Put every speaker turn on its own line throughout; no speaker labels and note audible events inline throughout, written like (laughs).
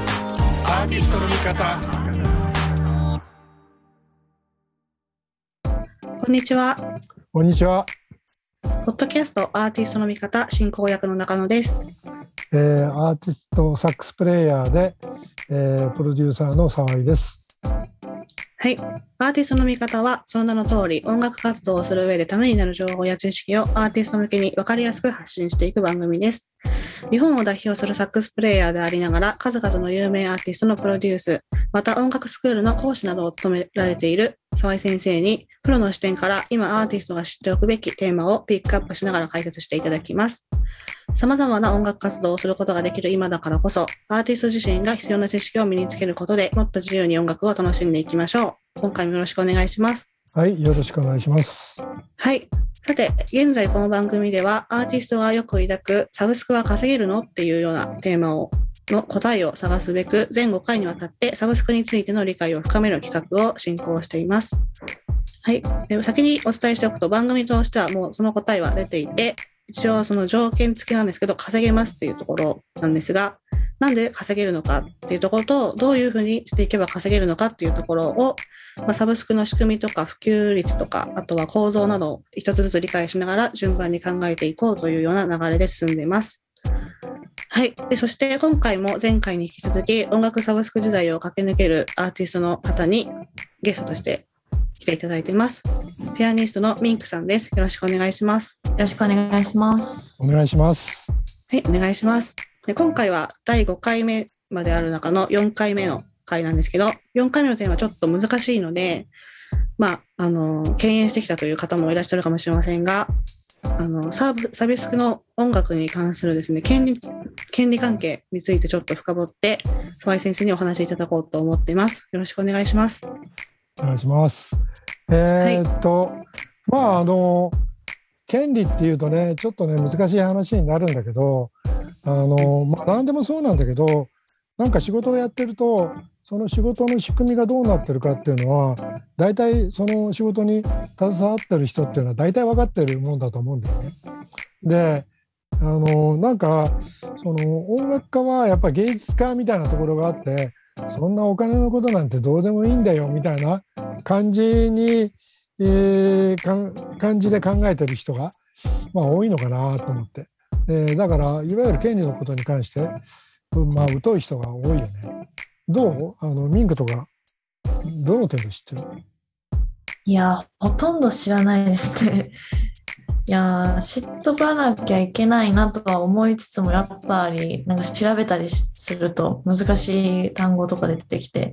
ーティストの味方
こんにちは。
こんにちは、
ポッドキャストアーティストの味方進行役の中野です。
えーアーティストサックスプレイヤーで、えープロデューサーの沢井です
はい。アーティストの味方は、その名の通り、音楽活動をする上でためになる情報や知識をアーティスト向けに分かりやすく発信していく番組です。日本を代表するサックスプレイヤーでありながら、数々の有名アーティストのプロデュース、また音楽スクールの講師などを務められている沢井先生に、プロの視点から今アーティストが知っておくべきテーマをピックアップしながら解説していただきます。さまざまな音楽活動をすることができる今だからこそ、アーティスト自身が必要な知識を身につけることでもっと自由に音楽を楽しんでいきましょう。今回もよろしくお願いします。
はいよろしくお願いします
はい。さて、現在この番組では、アーティストがよく抱くサブスクは稼げるのっていうようなテーマをの答えを探すべく、全5回にわたってサブスクについての理解を深める企画を進行しています。はい。で先にお伝えしておくと、番組としてはもうその答えは出ていて、一応その条件付きなんですけど、稼げますっていうところなんですが、なんで稼げるのかっていうところと、どういうふうにしていけば稼げるのかっていうところをまあ、サブスクの仕組みとか普及率とかあとは構造などを一つずつ理解しながら順番に考えていこうというような流れで進んでいます。はい、でそして今回も前回に引き続き音楽サブスク時代を駆け抜けるアーティストの方にゲストとして来ていただいています。ピアニストのミンクさんです。よろしくお願いします。
よろしくお願いします。
お願いします
はい、お願いします。で今回は第5回目まである中の4回目の回なんですけど、4回目のテーマはちょっと難しいので、まあ、あの、敬遠してきたという方もいらっしゃるかもしれませんが、あの、サーブ、サビスクの音楽に関するですね、権利、権利関係についてちょっと深掘って、沢井先生にお話しいただこうと思っています。よろしくお願いします。
お願いしますえーっと、まああの権利っていうとねちょっとね難しい話になるんだけどあの、まあ、何でもそうなんだけどなんか仕事をやってるとその仕事の仕組みがどうなってるかっていうのは大体その仕事に携わってる人っていうのは大体分かってるもんだと思うんだよね。であのなんかその音楽家はやっぱ芸術家みたいなところがあってそんなお金のことなんてどうでもいいんだよみたいな感じに、えーかん感じで考えてる人が、まあ、多いのかなと思って、えーだからいわゆる権利のことに関して、うんまあ、疎い人が多いよねどうあのミンクとかどの程度知ってる
いやー、ほとんど知らないですね。 (laughs) いやー、知っとかなきゃいけないなとは思いつつも、やっぱり、なんか調べたりすると、難しい単語とか出てきて、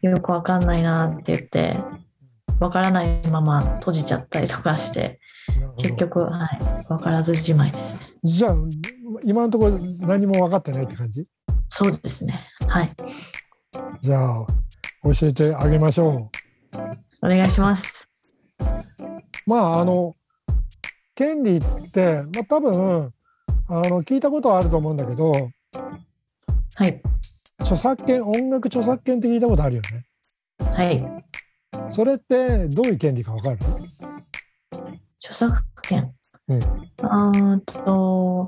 よくわかんないなって言って、わからないまま閉じちゃったりとかして、
なるほど
結局、はい、わからずじまいですね。
じゃあ今のところ何も分かってないって感じ
そうですね。はい。
じゃあ教えてあげましょ
お願いします。
うまああの権利って、まあ、多分あの聞いたことはあると思うんだけど
はい。
著作権音楽著作権って聞いたことあるよね
はい。
それってどういう権利かわかる
著作権。
うん
あーっと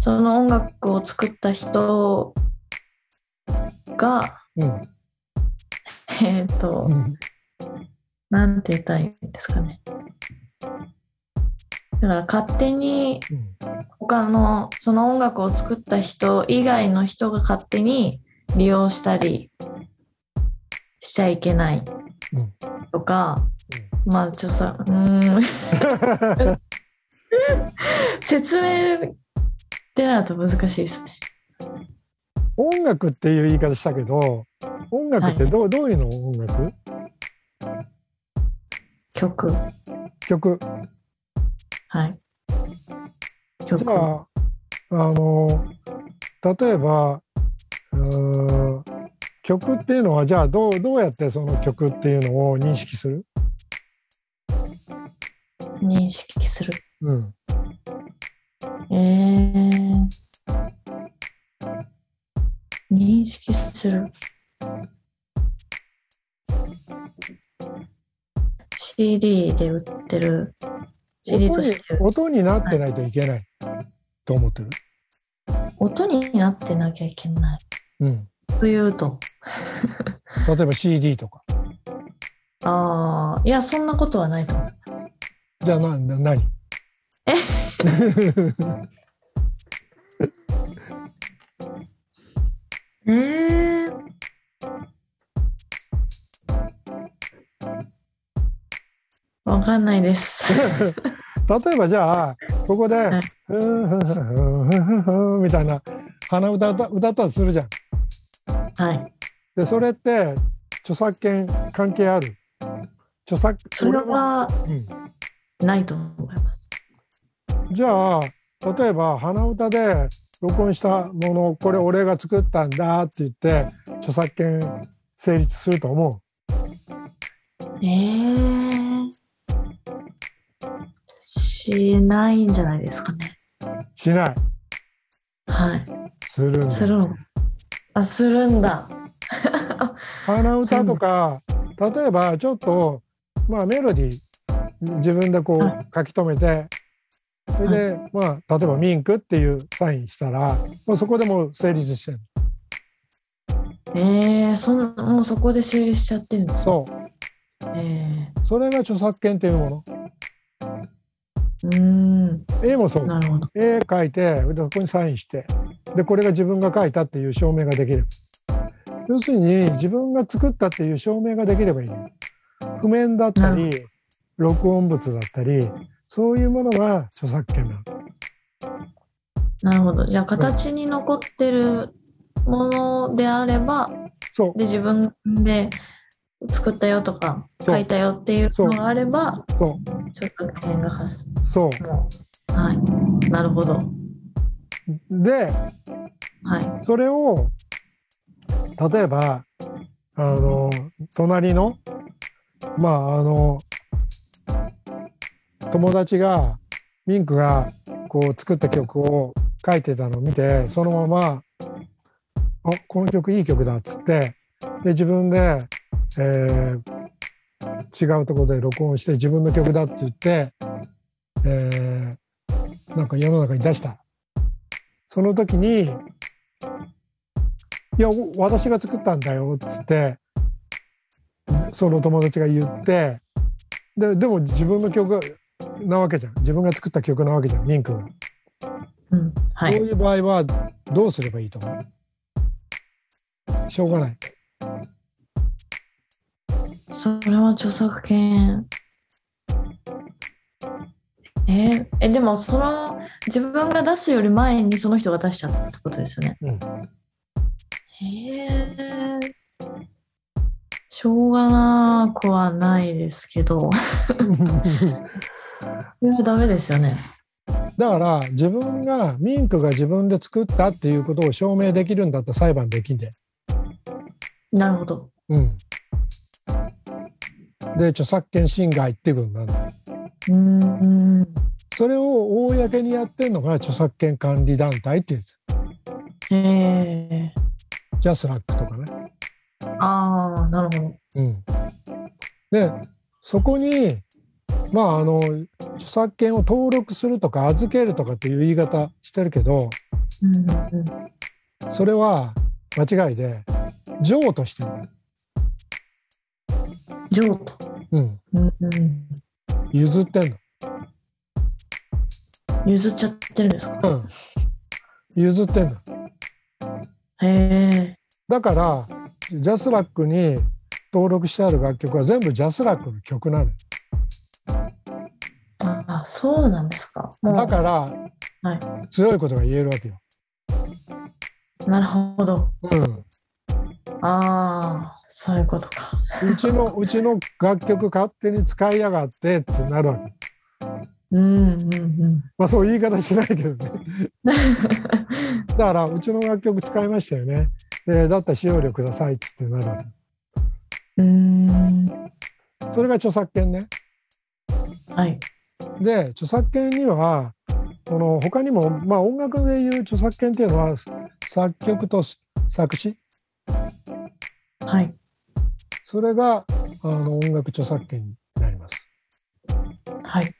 その音楽を作った人が、
うん
えーっと、
うん
なんて言ったらいいんですかね。だから勝手に
うん
他のその音楽を作った人以外の人が勝手に利用したりしちゃいけない
うん
とか、まあ著作うーん (laughs) 説明ってなると難しいですね。
音楽っていう言い方したけど音楽ってどう,、どういうの音楽
曲
曲
はい。
じ
曲
ゃああの例えばうーん曲っていうのはじゃあどうどうやってその曲っていうのを認識する、
認識する。
うん、
えー、認識する。CD で売ってる CD
音
と
に
して
音になってないといけないと思ってる。
音になってなきゃいけない。
うん
というと
例えば CD とか。
ああ、いや、そんなことはないと思う。
じゃあな、な何
ええー、わかんないです。
例えばじゃあここで
い
「ふんふんふんふんふんふんふん」みたいな鼻歌歌歌ったとするじゃん。
はい。
でそれって著作権関係ある著作
それは
うん
ないと思います。
じゃあ例えば鼻歌で録音したものをこれ俺が作ったんだって言って著作権成立すると思
えー、しないんじゃないですかね。
うしない
はい。
するんだ
するのあ、するんだ。
鼻歌とか例えばちょっと、まあ、メロディー自分でこ
は
う書き留めてそれで、まあ、例えば「ミンク」っていうサインしたらもうそこでもう成立してる
えー、そんもうそこで整理しちゃってるんですか。
そう
え
それが著作権っていうも
ー、うーん、
の絵もそう
なるほど。
絵描いてでそこにサインしてでこれが自分が描いたっていう証明ができる要するに自分が作ったっていう証明ができればいい譜面だったり録音物だったりそういうものが著作権なの
なるほど。じゃあ、形に残ってるものであれば、
そう
で、自分で作ったよとか、
そう
書いたよっていうのがあれば、
そ
著作権が発
うそう
生。もうはい。なるほど。
で
はい。
それを例えばあの隣のまああの友達がミンクがこう作った曲を書いてたのを見てそのまま「あこの曲いい曲だ」っつってで自分で、えー違うところで録音して自分の曲だって言って、えーなんか世の中に出したその時にいや、お私が作ったんだよっつって、その友達が言って、ででも自分の曲なわけじゃん。自分が作った曲なわけじゃん、ミン君が。
うん。は
そう
い。
いう場合はどうすればいいと思うしょうがない。
それは著作権。えーえ、でも、その、自分が出すより前にその人が出しちゃったってことですよね。
うん
えーしょうがなくはないですけど、 (laughs) それはダメですよね。
だから自分がミンクが自分で作ったっていうことを証明できるんだったら裁判できんで。
なるほど。
うん。で著作権侵害っていうことになる。
うーん。
それを公にやってるのが著作権管理団体っていうんです。
えー、
ジャスラックとかね。
ああ、なるほど。
うん、でそこにまああの著作権を登録するとか預けるとかっていう言い方してるけど
うんうんうん、
それは間違いで譲渡してる、
譲渡。
うん、
うんうん、
譲ってんの、
譲っちゃってるんですか
うん、譲ってんの
へえ。
だからジャスラックに登録してある楽曲は全部ジャスラックの曲なの
ああ、そうなんですか。もう
だから、
はい
強いことが言えるわけよ、
なるほど。
うん、
ああ、そういうことか。
うちのうちの楽曲勝手に使いやがってってなるわけ。
うんうんうん。
まあそういう言い方しないけどね。だからうちの楽曲使いましたよね。でだったら使用料くださいっつってなるわ
うーん。
け。それが著作権ね。
はい。
で著作権にはこの他にもまあ音楽でいう著作権っていうのは作曲と作詞
はい。
それがあの音楽著作権になります。
はい。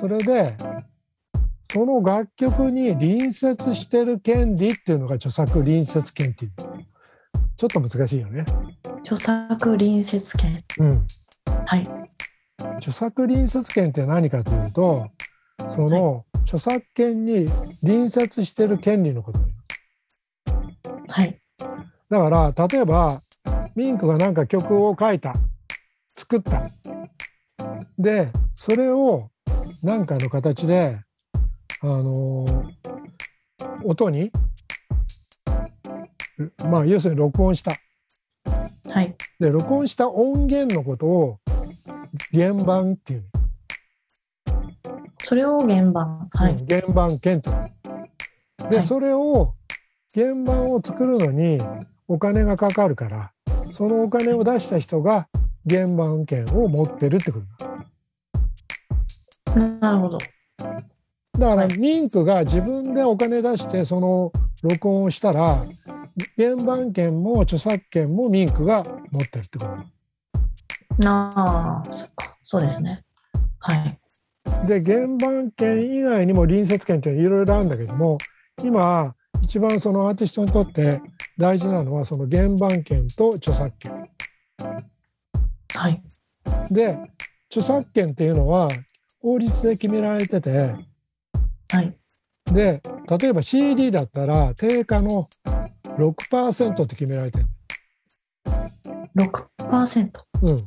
それでその楽曲に隣接してる権利っていうのが著作隣接権っていうちょっと難しいよね。
著作隣接権。
うん、
はい。
著作隣接権って何かというとその著作権に隣接してる権利のこと
はい。
だから例えばミンクがなんか曲を書いた作ったでそれを何かの形であのー音にまあ要するに録音した
はい。
で録音した音源のことを原版っていう、
それを原版。はい。
うん原版権というで、
はい
それを原版を作るのにお金がかかるからそのお金を出した人が原版権を持ってるってことだ
なるほど。
だから
は
ミンクが自分でお金出してその録音をしたら原版権も著作権もミンクが持ってるってこと
なあ、そっか。そうですね。はい。
で原版権以外にも隣接権っていろいろあるんだけども今一番そのアーティストにとって大事なのはその原版権と著作権
はい。
で著作権っていうのは法律で決められてて
はい。
で例えば CD だったら定価の6%って決められてる、
6%。
うん、で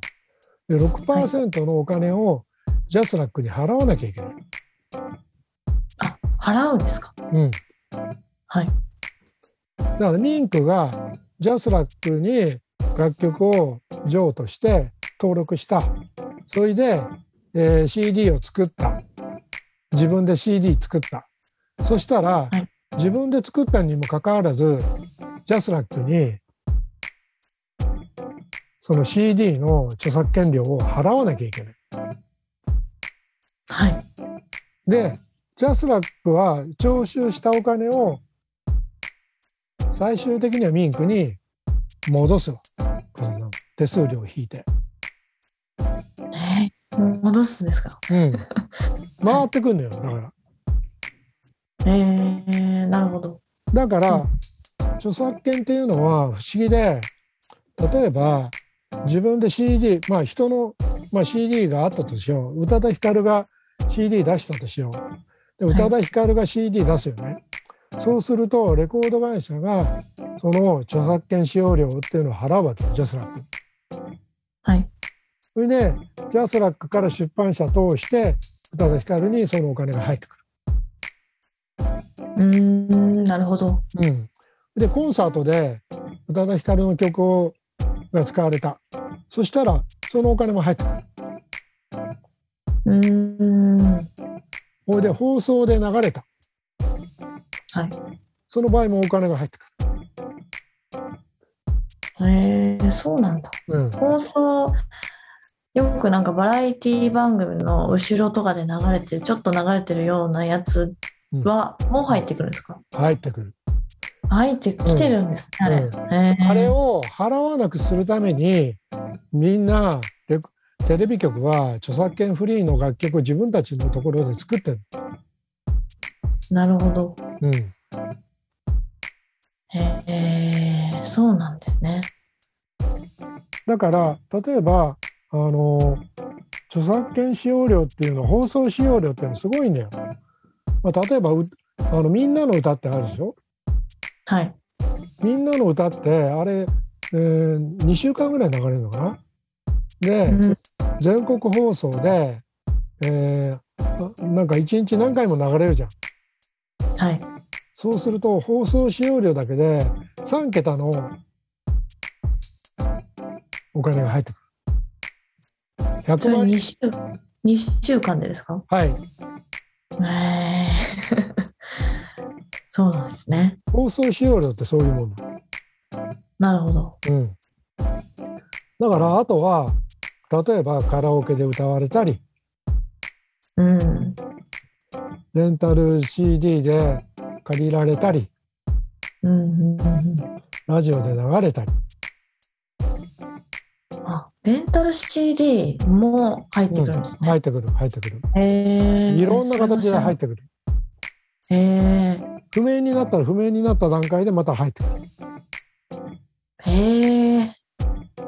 6%のお金をジャスラックに払わなきゃいけない。
あ、払うんですか
うん
はい。
だからミンクがジャスラックに楽曲を譲渡して登録したそれで、えー CD を作った自分で CD 作ったそしたら、
はい
自分で作ったにもかかわらずジャスラックにその CD の著作権料を払わなきゃいけない。
はい。
でジャスラックは徴収したお金を最終的にはミンクに戻すわこの手数料を引いて、
えー、戻すんですか
うん、回ってくんのよだから
えー、なるほど。
だか
そ
ら著作権っていうのは不思議で例えば自分で CD まあ人の、まあ、CD があったとしよう宇多田ヒカルが CD 出したとしようで
は
宇
い
多田ヒカルが CD 出すよね、そうするとレコード会社がその著作権使用料っていうのを払うわけよジャスラックに
はい。
それでジャスラックから出版社通して宇多田ヒカルにそのお金が入ってく
うーん、なるほど。
る、うん、でコンサートで宇多田ヒカルの曲をが使われたそしたらそのお金も入ってくる
うーん。
それで放送で流れた
はい。
その場合もお金が入ってく
えー、そうなんだ。
る、うん、
放送、よくなんかバラエティ番組の後ろとかで流れてる、ちょっと流れてるようなやつは、もう入ってくるんですか
入ってくる
入ってきてるんですね、あれ。
うん
えー
あれを払わなくするためにみんなレコテレビ局は著作権フリーの楽曲を自分たちのところで作ってる、
なるほど。
うん、
えー、そうなんですね。
だから例えばあの著作権使用料っていうの放送使用料っていうのすごいんだよ。まあ、例えばうあのみんなの歌ってあるでしょ
はい。
みんなの歌ってあれ、えー、2週間ぐらい流れるのかなで、
うん
全国放送で、えーあなんか一日何回も流れるじゃん。
はい。
そうすると放送使用料だけで3桁のお金が入ってくる。
そ
100
れ
万円
2週二週間でですか
はい
ええそうなんですね。
放送使用料ってそういうもんだ。
なるほど。
うん、だからあとは例えばカラオケで歌われたり
うん。
レンタル CD で借りられたり
うんうんうん
ラジオで流れたり、
うん、あレンタル CD も入ってくるんですね。
入ってくる入ってくる
えー
いろんな形で入っててくる。
えー、
不明になったら不明になった段階でまた入ってくる。
えー、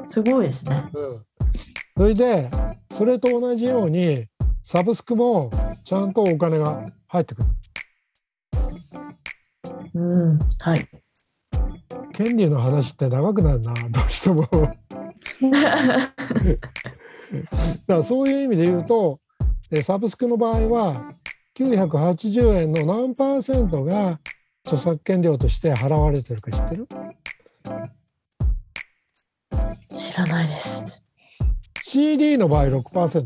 すごいですね。
それでそれと同じようにサブスクもちゃんとお金が入ってくる
うん、はい。
権利の話って長くなるな (laughs) どう
(laughs)
してもだからそういう意味で言うとえサブスクの場合は980円の何パーセントが著作権料として払われてるか知ってる
知らないです。
?CD の場合6%。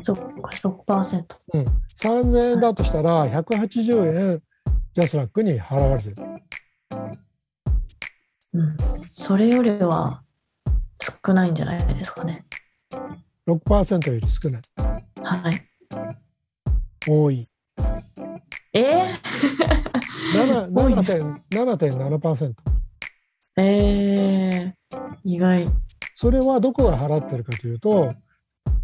そっか、6%。
うん、3000円だとしたら180円ジャスラックに払われてる。
うん。それよりは少ないんじゃないですかね。
6%より少ない。
はい。
多い。
え
7
多いで
7.7%。
ー、えー、意外。
それはどこが払ってるかというと、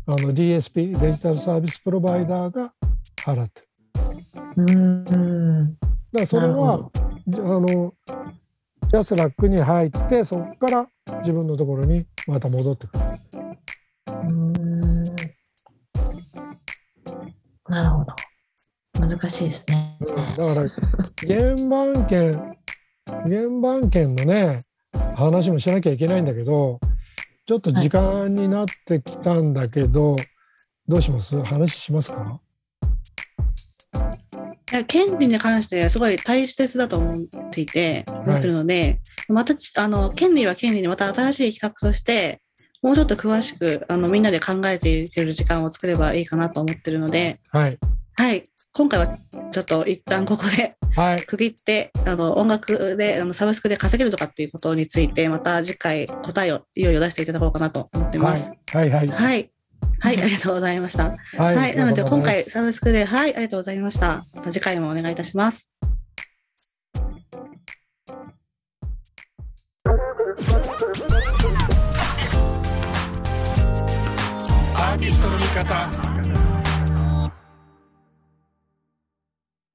あの DSP、デジタルサービスプロバイダーが払ってる。
うん。う
だ
ん
からそれ
なる
は
ほ、
じあの、ジャスラックに入って、そこから自分のところにまた戻ってくる。
うんなるほど。難しいですね。
だから、原版権、原版権のね、話もしなきゃいけないんだけど、ちょっと時間になってきたんだけど、どうします話しますか
いや権利に関してすごい大切だと思っていて、
い
思ってるので、またちあの権利は権利でまた新しい企画として、もうちょっと詳しくあのみんなで考えていける時間を作ればいいかなと思ってるので、
はい。
はい、今回はちょっと一旦ここで
はい。
区切って、あの音楽であのサブスクで稼げるとかっていうことについて、また次回答えをいよいよ出していただこうかなと思ってます。
はいはいはい。
はい、はい、ありがとうございました。
は
はい、なので今
あり
回
がとうございます
サブスクで、はい、ありがとうございました。また次回もお願いいたします。
アーティストの味方